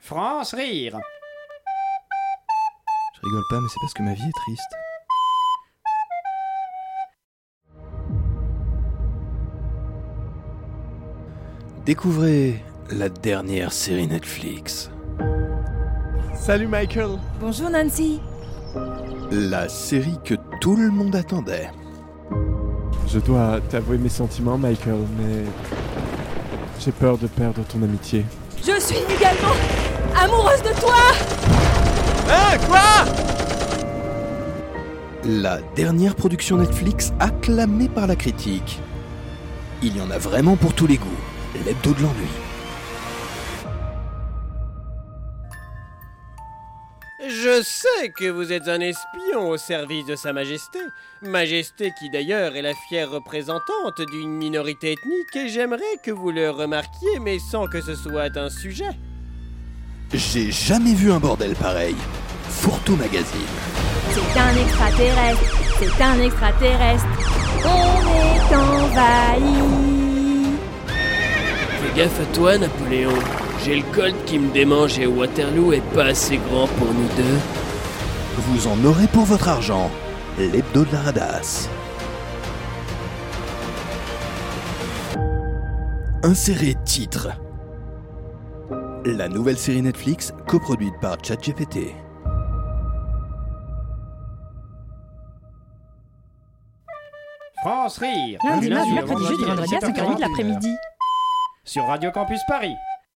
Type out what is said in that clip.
France rire. Je rigole pas, mais c'est parce que ma vie est triste. Découvrez la dernière série Netflix. Salut Michael Bonjour Nancy. La série que tout le monde attendait. Je dois t'avouer mes sentiments Michael, mais j'ai peur de perdre ton amitié. Je suis également amoureuse de toi. La dernière production Netflix acclamée par la critique. Il y en a vraiment pour tous les goûts. L'hebdo de l'ennui. Je sais que vous êtes un espion au service de Sa Majesté, Majesté qui d'ailleurs est la fière représentante d'une minorité ethnique et j'aimerais que vous le remarquiez mais sans que ce soit un sujet. J'ai jamais vu un bordel pareil. Fourtou Magazine. C'est un extraterrestre. C'est un extraterrestre. On est envahi. Fais gaffe à toi Napoléon, j'ai le col qui me démange et Waterloo est pas assez grand pour nous deux. Vous en aurez pour votre argent. L'hebdo de la radasse. Inséré titre. La nouvelle série Netflix coproduite par ChatGPT. France rire. Lundi, Du mardi, au mercredi, jeudi, à vendredi à 5h30 de 17h30, l'après-midi. Sur Radio Campus Paris.